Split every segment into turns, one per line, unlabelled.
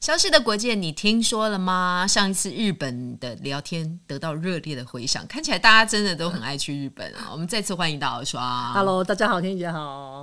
消失的国界，你听说了吗？上一次日本的聊天得到热烈的回响，看起来大家真的都很爱去日本啊！我们再次欢迎到敖双。
Hello，大家好，天姐好。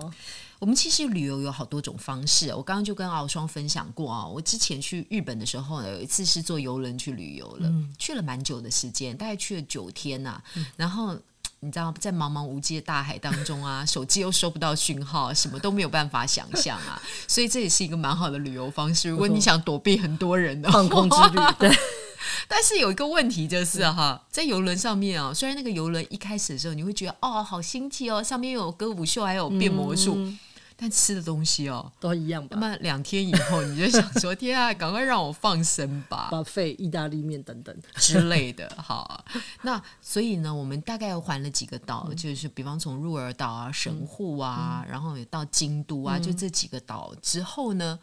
我们其实旅游有好多种方式，我刚刚就跟敖双分享过啊。我之前去日本的时候呢，有一次是坐游轮去旅游了，
嗯
去了蛮久的时间，大概去了九天呐、然后你知道，在茫茫无际的大海当中 啊，手机又收不到讯号，啊什么都没有办法想象啊。所以这也是一个蛮好的旅游方式。如果你想躲避很多人的话
放空之旅， 对，
但是有一个问题就是哈，在游轮上面啊，虽然那个游轮一开始的时候你会觉得哦好新奇哦，上面又有歌舞秀，还有变魔术，但吃的东西哦，
都一样
那
吧。
么两天以后你就想说天啊，赶快让我放生吧
把费意大利面等等，
之类的。好，那所以呢，我们大概环了几个岛，就是比方从鹿儿岛啊、神户啊，然后也到京都啊，就这几个岛之后呢。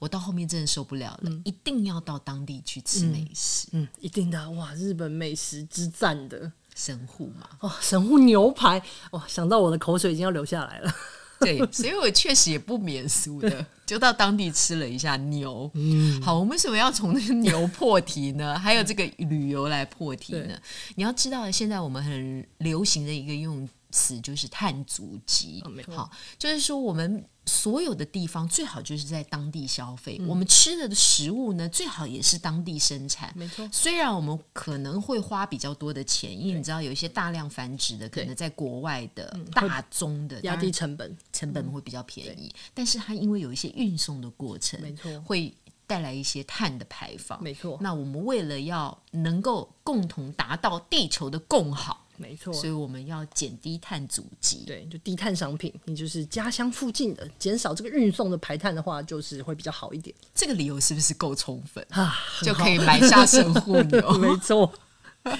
我到后面真的受不了了，一定要到当地去吃美食，
嗯，一定的啊。哇，日本美食之战的
神户嘛，
哦，神户牛排哇，想到我的口水已经要流下来了。
对，所以我确实也不免俗 的，就到当地吃了一下牛。
嗯
好，我们为什么要从那个牛破题 呢？还有这个旅游来破题呢？你要知道，现在我们很流行的一个用词就是碳足迹。
哦没错
好，就是说我们。所有的地方最好就是在当地消费，
嗯
我们吃的食物呢，最好也是当地生产。
没错
虽然我们可能会花比较多的钱，因为你知道有一些大量繁殖的，可
对嗯
能在国外的大宗的
压
当然
低成本，
成本会比较便宜，但是它因为有一些运送的过程，
没错
会带来一些碳的排放。
没错
那我们为了要能够共同达到地球的共好，
没错。
所以我们要减低碳足迹。
对，就低碳商品，你就是家乡附近的，减少这个运送的排碳的话，就是会比较好一点
这个理由是不是够充分，
啊，
就
很好
可以买下神 户牛？
没错，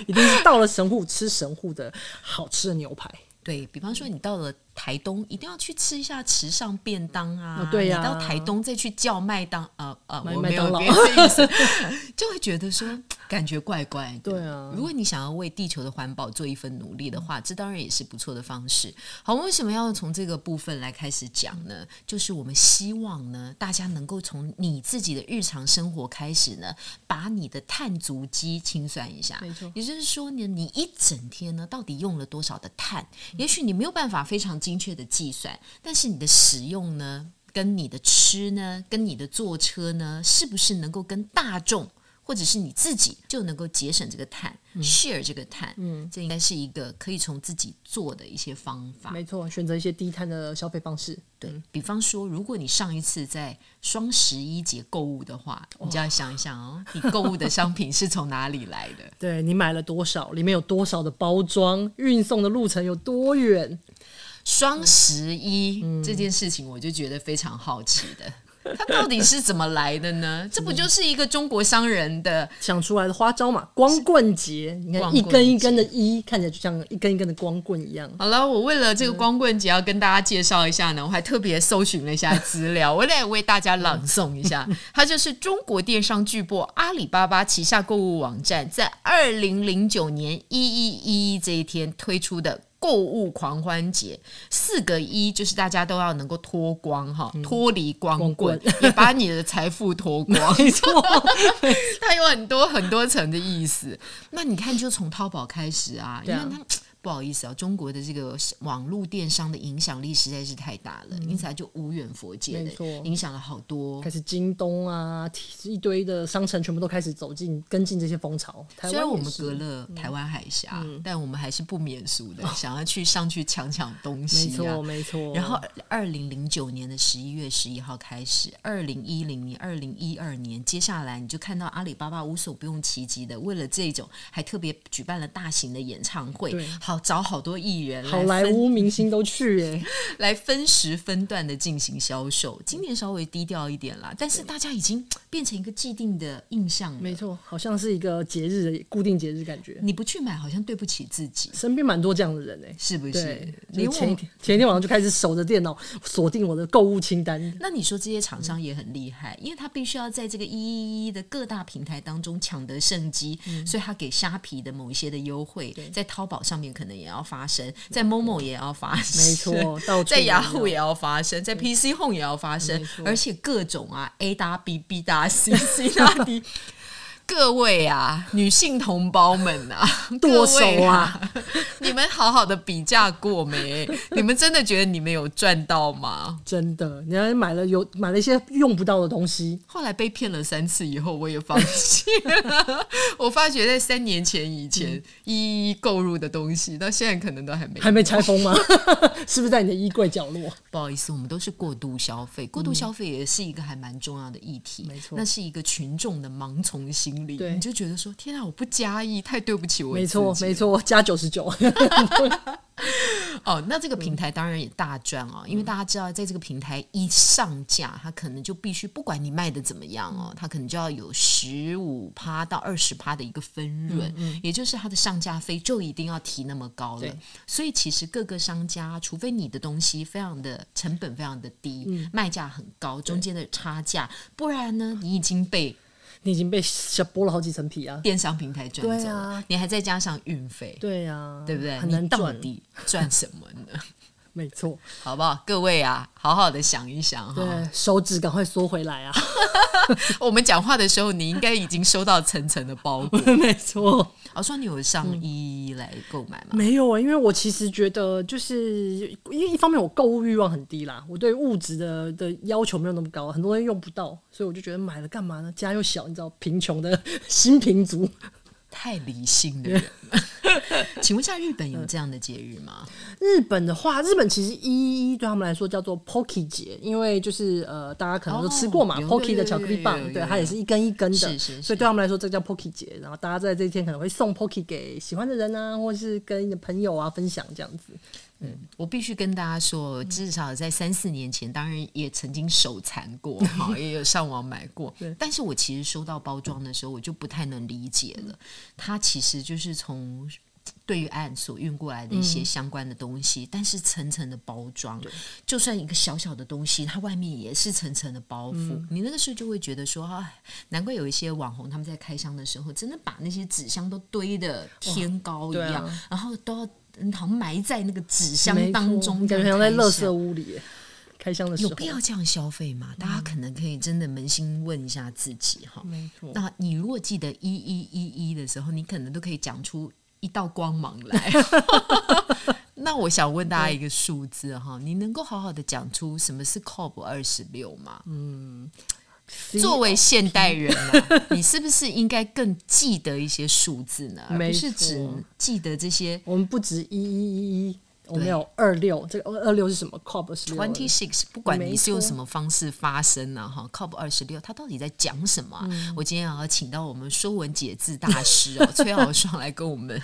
一定是到了神户吃神户的好吃的牛排。
对比方说，你到了台东，一定要去吃一下池上便当啊！
哦对呀
你到台东再去叫麦当，呃呃，
买
我
麦
没有
当劳
别的意 思，就会觉得说感觉怪怪的。
对啊
如果你想要为地球的环保做一份努力的话，这当然也是不错的方式。好，为什么要从这个部分来开始讲呢？就是我们希望呢，大家能够从你自己的日常生活开始呢，把你的碳足迹清算一下。
没错
也就是说呢，你一整天呢，到底用了多少的碳？也许你没有办法非常精确的计算，但是你的使用呢？跟你的吃呢，跟你的坐车呢，是不是能够跟大众或者是你自己就能够节省这个碳、s h a r e 这个碳，嗯，这应该是一个可以从自己做的一些方法。
没错，选择一些低碳的消费方式。
对、比方说，如果你上一次在双十一节购物的话，你就要想一想哦，你购物的商品是从哪里来的？
对你买了多少，里面有多少的包装，运送的路程有多远？
双十一、这件事情，我就觉得非常好奇的，它到底是怎么来的呢？这不就是一个中国商人的
想出来的花招嘛，光棍节，你
光
看一
棍
根一根的一，看起来就像一根一根的光棍一样。
好了，我为了这个光棍节要跟大家介绍一下呢，我还特别搜寻了一下资料，我来为大家朗诵一 下。它就是中国电商巨擘阿里巴巴旗下购物网站在二零零九年一一一一这一天推出的。购物狂欢节，四个一就是大家都要能够脱光哈，脱离嗯光棍，也把你的财富脱 光。
没错，
它有很多很多层的意思。那你看，就从淘宝开始啊，因
对
为
啊
它。不好意思啊，中国的这个网络电商的影响力实在是太大了，因此它就无远佛界
没
的
错
影响了好多
开。始京东啊，一堆的商城全部都开始走进跟进这些风潮。台
虽然
湾
我
也
们
是嗯
隔了台湾海峡，但我们还是不免俗的，想要去上去抢抢东
没
西啊
错。没错，
然后，二零零九年的十一月十一号开始，二零一零年、二零一二年，接下来你就看到阿里巴巴无所不用其极的，为了这种还特别举办了大型的演唱会
对，
好找好多艺人
好
来
莱
分
坞明星都去耶、
来分时分段的进行销售。今年稍微低调一点啦，但是大家已经变成一个既定的印象了
没。错，好像是一个节日的固定节日感觉。
你不去买，好像对不起自己，
身边蛮多这样的人哎、
是不
对
是？，
就是
连我
前一天前一天晚上就开始守着电脑锁定我的购物清单，
那你说这些
嗯
厂商也很厉害，因为他必须要在这个一一一的各大
嗯
平台当中抢得胜机，所以他给虾皮的某一些的优惠，在淘宝上面可可能也要发生，在某某也要发生，
没错到处
在
一样
雅虎也要发生，在 PC Home 也要发生
没，错
而且各种啊 A 搭 B B 搭 C C 搭 D。各位啊，女性同胞们啊，
剁手
各
啊
位啊！你们好好的比价过没？你们真的觉得你们有赚到吗？
真的，你还买了有买了一些用不到的东西，
后来被骗了三次以后，我也放弃了。 我发觉在三年前以前一一购入的东西，到现在可能都还没。
还没拆封 吗？是不是在你的衣柜角落？
不好意思，我们都是过度消费，过度消费也是一个还蛮重要的议题。
没错
那是一个群众的盲从心理，
对
你就觉得说：天啊，我不加一，太对不起我。
没错，没。错，加九十九，
哦，那
嗯
这个平台当然也大赚哦，因为大家知道，在这个平台一上架，它可能就必须不管你卖的怎么样
嗯
哦，它可能就要有十五趴到二十趴的一个分润，也就是它的上架费就一定要提那么高了
嗯对。
所以其实各个商家，除非你的东西非常的成本非常的低，
嗯
卖价很高，中间的差价，不然呢，你已经被
你已经被削剥了好几层皮啊！
电商平台赚
对
走了，
啊
你还再加上运费，
对啊，
对不对？
很难
你到
赚，
底赚什么呢？
没错，
好不好？各位啊，好好的想一想哈。
对，手指赶快缩回来啊！
我们讲话的时候，你应该已经收到层层的 包裹。
没错，
我说你有上衣来购买吗？
没有啊，因为我其实觉得，就是因为一方面我购物欲望很低啦，我对物质的的要求没有那么高，很多人用不到，所以我就觉得买了干嘛呢？家又小，你知道，贫穷的 新贫族。
太理性的人了。请问一下，日本有这样的节日吗？
日本的话，日本其实一一对他们来说叫做 Pocky 节，因为就是呃，大家可能都吃过嘛、
哦有
p o c k y
有有
的巧克力
有有
棒，
有
对，
有
它也是一根一根的，
是是是
所以对他们来说这叫 Pocky 节。然后大家在这一天可能会送 Pocky 给喜欢的人啊，或是跟你的朋友啊分享这样子。
嗯我必须跟大家说，至少在三四年前，当然也曾经手残过，哈，也有上网买过。但是我其实收到包装的时候，我就不太能理解了。它其实就是从对于岸所运过来的一
嗯
些相关的东西，但是层层的包装，就算一个小小的东西，它外面也是层层的包袱。
嗯
你那个时候就会觉得说，哎，难怪有一些网红他们在开箱的时候，真的把那些纸箱都堆的天高一
对啊
样，然后都要。嗯好像埋在那个纸箱
没错
当中，
你感觉像在
乐
垃圾屋里耶开箱的时
有
候，嗯
必要这样消费吗？大家可能可以真的扪心问一下自己哈。
没错
那你如果记得一一一一的时候，你可能都可以讲出一道光芒 来。那我想问大家一个数字哈，你能够好好的讲出什么是 COP 二十六吗？
嗯
作为现代人、啊，你是不是应该更记得一些数字呢？而不
没
是只
错
记得这些
我们不止一一一一，我们
对
有二六，这个二六是什么？Cob 是
Twenty six，不管你
没
是用
错
什么方式发生呢、哈，COP 二十六，它到底在讲什么啊、
嗯
我今天要请到我们《说文解字》大师 哦，崔敖双来跟我们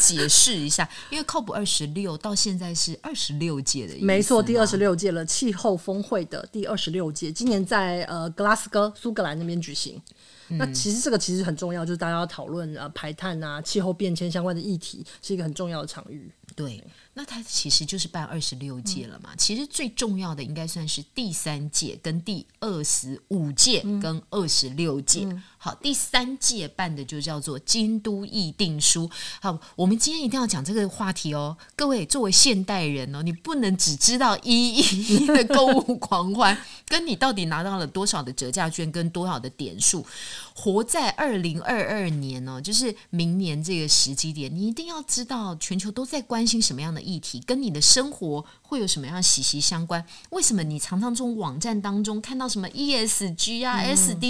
解释一下，因为 COP 二十六到现在是二十六届的意思嘛，
没错，第二十六届了，气候峰会的第二十六届，今年在呃格拉斯哥苏格兰那边举行。那其实这个其实很重要，就是大家要讨论呃排碳啊、气候变迁相关的议题，是一个很重要的场域。
对，那它其实就是办二十六届了嘛。其实最重要的应该算是第三届、跟第二十五届、跟二十六届。好，第三届办的就叫做《京都议定书》。好，我们今天一定要讲这个话题哦，各位作为现代人哦，你不能只知道一一一的购物狂欢，跟你到底拿到了多少的折价券跟多少的点数，活在二零二二年哦，就是明年这个时机点，你一定要知道全球都在关心什么样的议题，跟你的生活会有什么样息息相关。为什么你常常从网站当中看到什么 ESG
嗯
啊、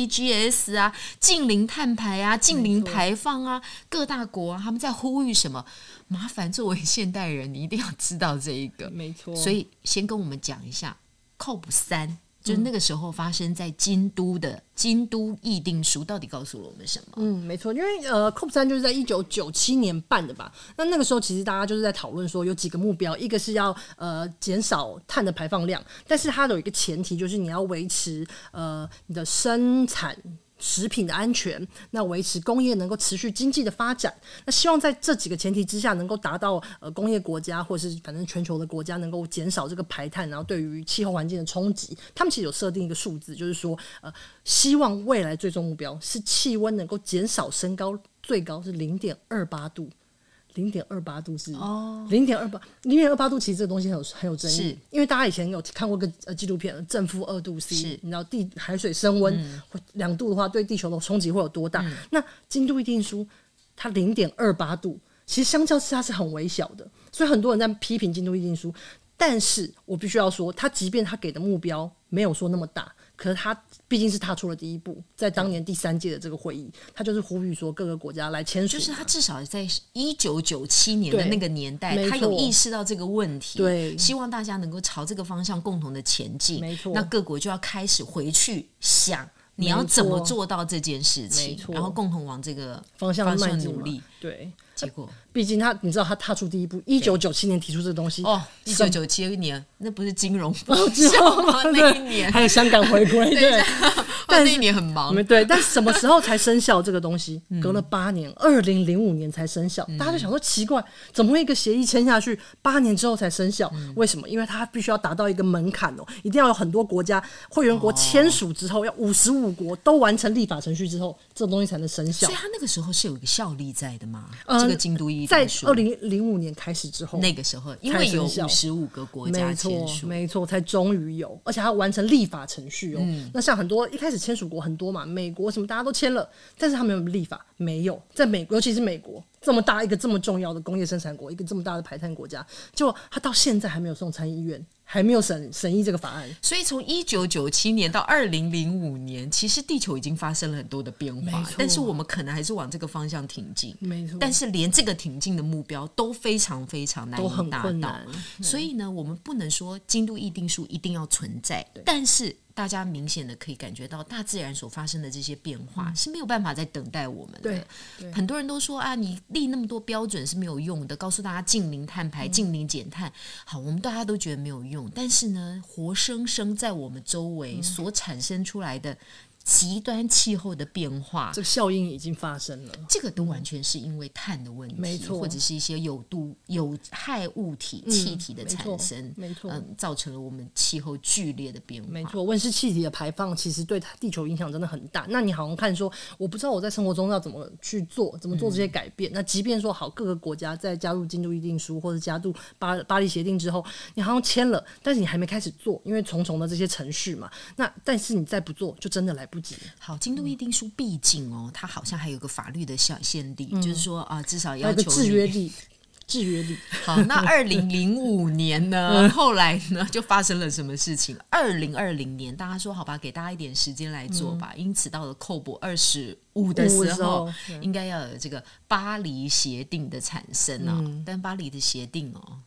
SDGs 啊、近零碳排啊、近零排放啊，各大国、啊、他们在呼吁什么？麻烦作为现代人，你一定要知道这一个。
没错
所以先跟我们讲一下 COP 三，就是
嗯
那个时候发生在京都的《京都议定书》到底告诉了我们什么？
嗯，没错，因为呃，COP 三就是在一九九七年办的吧。那那个时候其实大家就是在讨论说有几个目标，一个是要呃减少碳的排放量，但是它有一个前提就是你要维持呃你的生产。食品的安全，那维持工业能够持续经济的发展，那呃希望在这几个前提之下，能够达到呃工业国家或是反正全球的国家能够减少这个排碳，然后对于气候环境的冲击，他们其实有设定一个数字，就是说呃希望未来最终目标是气温能够减少升高，最高是零点二八度。零点二八度是
哦，
零点二八，零点二八度其实这个东西很有很有争
是
议，因为大家以前有看过一个呃纪录片，正负二度 C，
是
你知道地海水升温
嗯
会两、度的话，对地球的冲击会有多大？那京都议定书它零点二八度，其实相较之下是很微小的，所以很多人在批评京都议定书，但是我必须要说，它即便它给的目标没有说那么大。可是它毕竟是踏出了第一步，在当年第三届的这个会议，它就是呼吁说各个国家来签署，
就是他至少在一九九七年的
对
那个年代，
没
他有
错
意识到这个问题，
对
希望大家能够朝这个方向共同的前进。
没错
那各国就要开始回去想。你要
没错
怎么做到这件事
没
情？
错
然后共同往这个
方向迈进嘛
努力。
对，
结果
毕竟他，你知道他踏出第一步，一九九七年提出这个东西，
哦，一
什
九九
么
七年那不是金融 风
哦之
暴
后
吗？ 那一年，
还有香港回 归，对，
但
但
那
是
一年很忙
你，们对，但什么时候才生效这个东西？
嗯
隔了八年，二零零五年才生效，大家就想说奇怪，怎么会一个协议签下去，八年之后才生效？
嗯
为什么？因为它必须要达到一个门槛哦，一定要有很多国家会员国签署之
哦
后，要五十五国都完成立法程序之后，这东西才能生效
所以。他那个时候是有一个效力在的嘛。
嗯
这个京都议
在
定书
二零零五年开始之后，
那个时候，因为有五十五个国家
没
签
错，
署，
没错，才终于有，而且还要完成立法程序哦。
嗯
那像很多一开始签署国很多嘛，美国什么大家都签了，但是他们有没有立法没有，在美国，尤其是美国这么大一个这么重要的工业生产国，一个这么大的排碳国家，结果他到现在还没有送参议院，还没有审审议这个法案。
所以从一九九七年到二零零五年，其实地球已经发生了很多的变
没
化
错，嗯
但是我们可能还是往这个方向挺进。
没错
但是连这个挺进的目标都非常非常难
都很
以达
困
到
难，嗯
所以呢，我们不能说京都议定书一定要存在，但是大家明显的可以感觉到大自然所发生的这些变化是没有办法再等待我们的
嗯对。对
很多人都说啊，你立那么多标准是没有用的，告诉大家近零碳
嗯
排、近零减碳，好，我们大家都觉得没有用，但是呢，活生生在我们周围
嗯
所产生出来的极端气候的变化，
这个效应已经发生了，
这个都完全是因为碳的问题，
没错
或者是一些有毒有害物体、气体的产生，
没错没错
嗯，造成了我们气候剧烈的变化。
没错，温室气体的排放其实对地球影响真的很大。那你好像看说，我不知道我在生活中要怎么去做，怎么做这些改变。那即便说好，各个国家在加入京都议定书或者加入巴巴黎协定之后，你好像签了，但是你还没开始做，因为重重的这些程序嘛。那但是你再不做，就真的来不及了。
好，京都议定书毕竟哦，它好像还有一个法律的限限定，就是说啊、至少
嗯还
要
有个
求
制
你
约力，制约力。
好，那二零零五年
嗯
呢？后来呢，就发生了什么事情？二零二零年，大家说好吧，给大家一点时间来做吧。因此，到了扣博二十五的时
嗯时
候
候，嗯
应该要有这个巴黎协定的产生啊。
嗯
但巴黎的协定哦。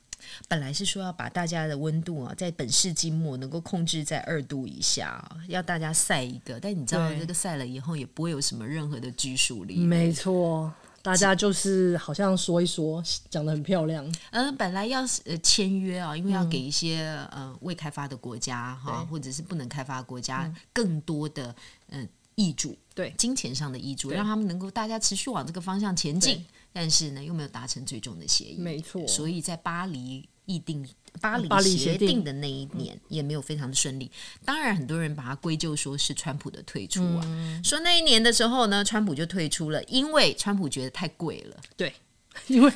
本来是说要把大家的温度啊，在本世纪末能够控制在二度以下啊、要大家晒一个。但你知道，
对
这个晒了以后也不会有什么任何的拘束力。
没错，大家就是好像说一说，讲的很漂亮。
嗯，本来要是呃签约啊，因为要给一些、
嗯
呃未开发的国家哈，或者是不能开发的国家更多的嗯益助，
嗯对
金钱上的益助，让他们能够大家持续往这个方向前进。但是呢，又没有达成最终的协议，
没错
所以在巴黎议定。巴黎
巴黎
协
协定嗯
定的那一年也没有非常的顺利，当然很多人把它归咎说是川普的退出啊，
嗯
说那一年的时候呢，川普就退出了，因为川普觉得太贵了，
对，因为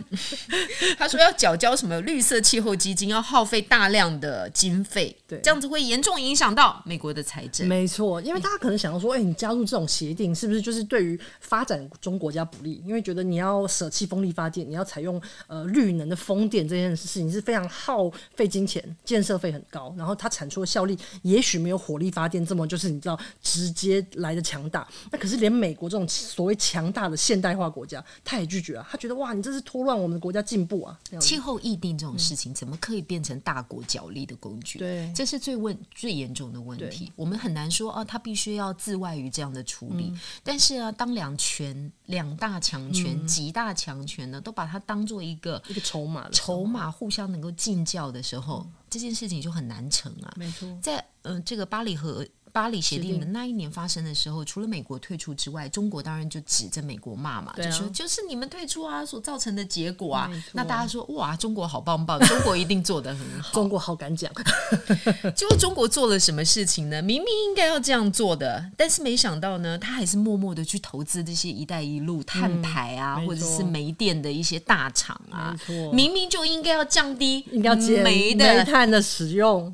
他说要缴交什么绿色气候基金，要耗费大量的经费，
对
这样子会严重影响到美国的财政。
没错，因为大家可能想要说，哎、你加入这种协定，是不是就是对于发展中国家不利？因为觉得你要舍弃风力发电，你要采用呃绿能的风电这件事情是非常耗费金钱，建设费很高，然后它产出的效率也许没有火力发电这么就是你知道直接来的强大。那可是连美国这种所谓强大的现代化国家，他也拒绝啊，他觉得哇，你这是拖乱我们的国家进步啊，这样子
气候议定这种事情，怎么可以变成大国角力的工具？
对
这是最问最严重的问题。我们很难说啊，他必须要自外于这样的处理。
嗯
但是啊，当两权、两大强
嗯
权、几大强权呢，都把它当做一个
一个筹码嗯了。
筹码互相能够进教的时候，这件事情就很难成啊。
没错，
在嗯、呃这个巴黎和巴黎协定的那一年发生的时候，除了美国退出之外，中国当然就指着美国骂嘛，
对啊
就说就是你们退出啊所造成的结果啊
没错。
那大家说哇，中国好棒棒，中国一定做得很好。
中国好敢讲，
结果中国做了什么事情呢？明明应该要这样做的，但是没想到呢，他还是默默的去投资这些“一带一路”碳排啊，
嗯没错
或者是煤电的一些大厂啊
没错，
明明就应该要降低
应该要减
煤的
煤炭的使用，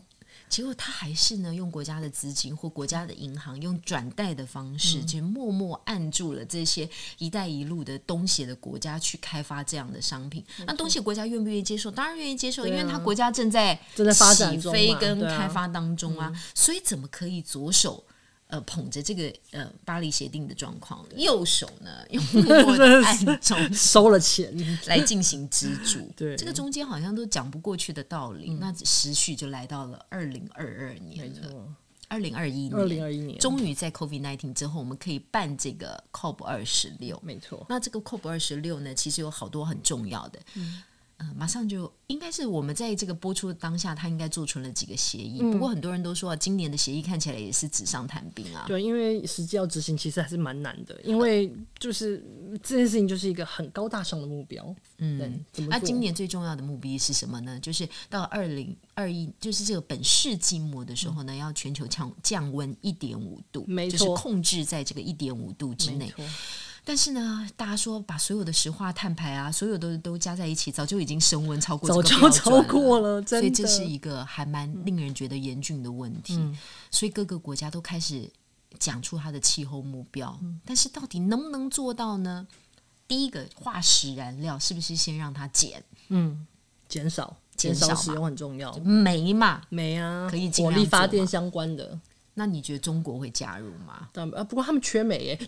结果他还是呢用国家的资金或国家的银行用转贷的方式，
嗯
去默默按住了这些“一带一路”的东协的国家去开发这样的商品。那东协国家愿不愿意接受？当然愿意接受，因
啊
为他国家正在
正在发展
起
中
飞
嘛
跟
对啊
开发当中啊，所以怎么可以左手？呃，捧着这个呃巴黎协定的状况，右手呢 用默默的暗中
收了钱，
来进行资助。
对嗯
这个中间好像都讲不过去的道理。那时序就来到了二零二二年了，二零二一年，
二零二一年，
终于在 COVID nineteen 之后，我们可以办这个 COP 二十六。
没错，
那这个 COP 二十六呢，其实有好多很重要的。
嗯
呃，马上就应该是我们在这个播出的当下，他应该做出了几个协议。
嗯
不过很多人都说啊，今年的协议看起来也是纸上谈兵啊。
对，因为实际要执行其实还是蛮难的，因为就是这件事情就是一个很高大上的目标，嗯，怎么
那
做？
啊今年最重要的目标是什么呢？就是到二零二一，就是这个本世纪末的时候呢，要全球降降温一点五度，
嗯没
就是
错
控制在这个一点五度之
没
内。
错，
但是呢，大家说把所有的石化、碳排啊，所有的都加在一起，早就已经升温超过这
早
个
就
标准
超
了
过了，
所
真的，嗯
以这是一个还蛮令人觉得严峻的问题。所以各个国家都开始讲出它的气候目标，
嗯
但是到底能不能做到呢？第一个化石燃料是不是先让它减
减少
减
少
少
使
嘛
用很重要，
没嘛？
煤啊，
可以尽
火
量
力
做
发
嘛
电相关的，
那你觉得中国会加入吗？
但啊，不过他们缺煤耶，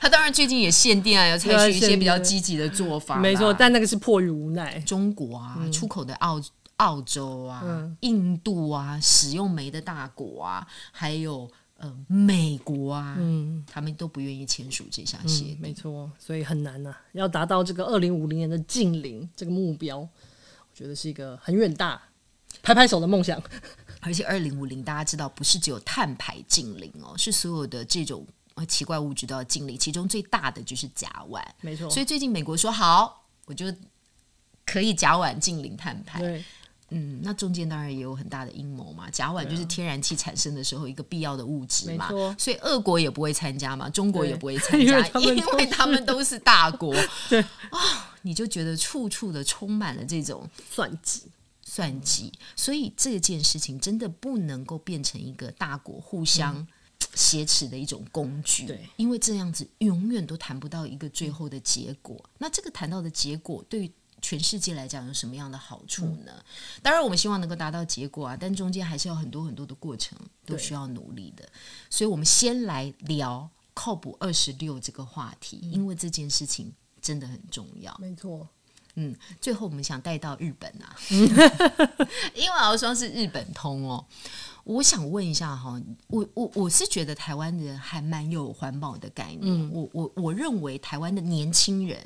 他当然最近也限电啊，有采取一
对啊
些
限
比较
电
积极的做法啦。
没错，嗯但那个是迫于无奈，
中国啊，出口的澳澳洲啊、
嗯
印度啊，使用煤的大国啊，还有呃美国啊，他们都不愿意签署这项协
嗯
定。
没错，所以很难呐、啊要达到这个二零五零年的近零这个目标，我觉得是一个很远大，拍拍手的梦想。
而且二零五零大家知道，不是只有碳排禁零哦，是所有的这种呃奇怪物质都要禁零，其中最大的就是甲烷。
没错，
所以最近美国说好，我就可以甲烷禁零碳排。
对，
嗯，那中间当然也有很大的阴谋嘛。甲烷就是天然气产生的时候一个必要的物质嘛
啊没错，
所以俄国也不会参加嘛，中国也不会参
对 因
加
为，他 们
因
都
为他们
是
都是大国。
对
啊、你就觉得处处的充满了这种
算计，
算计，所以这件事情真的不能够变成一个大国互相。嗯挟持的一种工具，
嗯对，
因为这样子永远都谈不到一个最后的结果。那这个谈到的结果，对于全世界来讲有什么样的好处呢？
嗯
当然，我们希望能够达到结果啊，但中间还是有很多很多的过程都
对
需要努力的。所以，我们先来聊 COP 二十六这个话题，
嗯
因为这件事情真的很重要。
没错，
嗯，最后我们想带到日本啊， 因为敖霜是日本通哦。我想问一下哈，我我我是觉得台湾人还蛮有环保的概念。
嗯
我我我认为台湾的年轻人，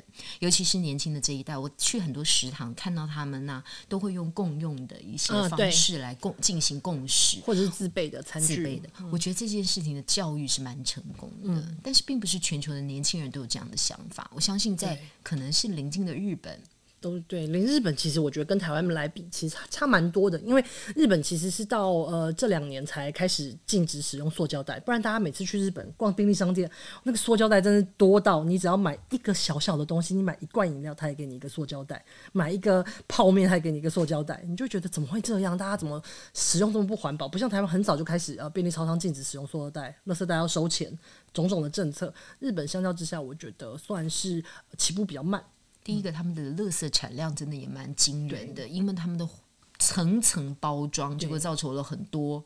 尤其是年轻的这一代，我去很多食堂看到他们呐、都会用共用的一些
嗯对
方式来共、进行共识。
或者是自备的餐
自
具
卑的。，我觉得这件事情的教育是蛮成功的，
嗯
但是并不是全球的年轻人都有这样的想法。我相信在
对
可能是邻近的日本，
都对，连日本其实我觉得跟台湾来比，其实差蛮多的，因为日本其实是到呃这两年才开始禁止使用塑胶袋，不然大家每次去日本逛便利商店，那个塑胶袋真是多到你只要买一个小小的东西，你买一罐饮料，他也给你一个塑胶袋；买一个泡面，他也给你一个塑胶袋，你就觉得怎么会这样？大家怎么使用这么不环保？不像台湾很早就开始呃便利超商禁止使用塑料袋，垃圾袋要收钱，种种的政策，日本相较之下，我觉得算是呃起步比较慢。
第一个，他们的垃圾产量真的也蛮惊人的，因为他们的层层包装，结果造成了很多。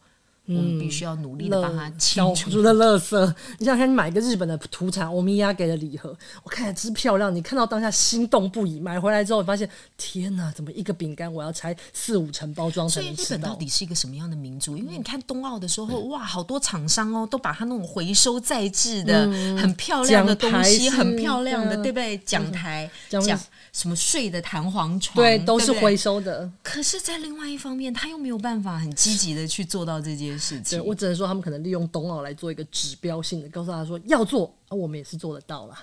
我们必须要努力的帮它清
嗯消
除。
除的垃圾。你想想看，你买一个日本的土产欧米亚给的礼盒，我看起来真漂亮，你看到当下心动不已。买回来之后，你发现天哪，怎么一个饼干我要拆四五层包装才
所以
能
日
吃
本到
到？
底是一个什么样的民族？因为你看冬奥的时候，哇，好多厂商哦，都把它那种回收再制的、很漂亮的东
奖
西，
嗯台是
很漂亮的，
对啊
对不对？讲台、
讲
讲什么睡的弹簧床，
对，都是
不对
回收的。
可是，在另外一方面，他又没有办法很积极的去做到这件件事
对
情。
我只能说，他们可能利用冬奥来做一个指标性的，告诉他说要做，啊，我们也是做得到啦。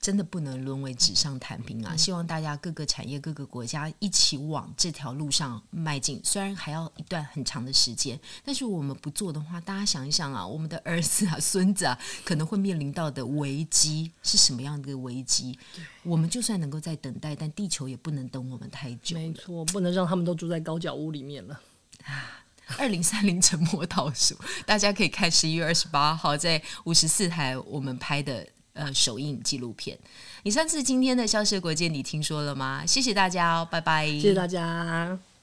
真的不能沦为纸上谈兵啊！希望大家各个产业、各个国家一起往这条路上迈进。虽然还要一段很长的时间，但是我们不做的话，大家想一想啊，我们的儿子啊、孙子啊，可能会面临到的危机是什么样的危机？我们就算能够再等待，但地球也不能等我们太久。
没错，不能让他们都住在高脚屋里面了。
二零三零沉默倒数，大家可以看十一月二十八号在五十四台我们拍的呃首映纪录片。以上是今天的《消失的国界》，你听说了吗？谢谢大家哦，拜拜。
谢谢大家。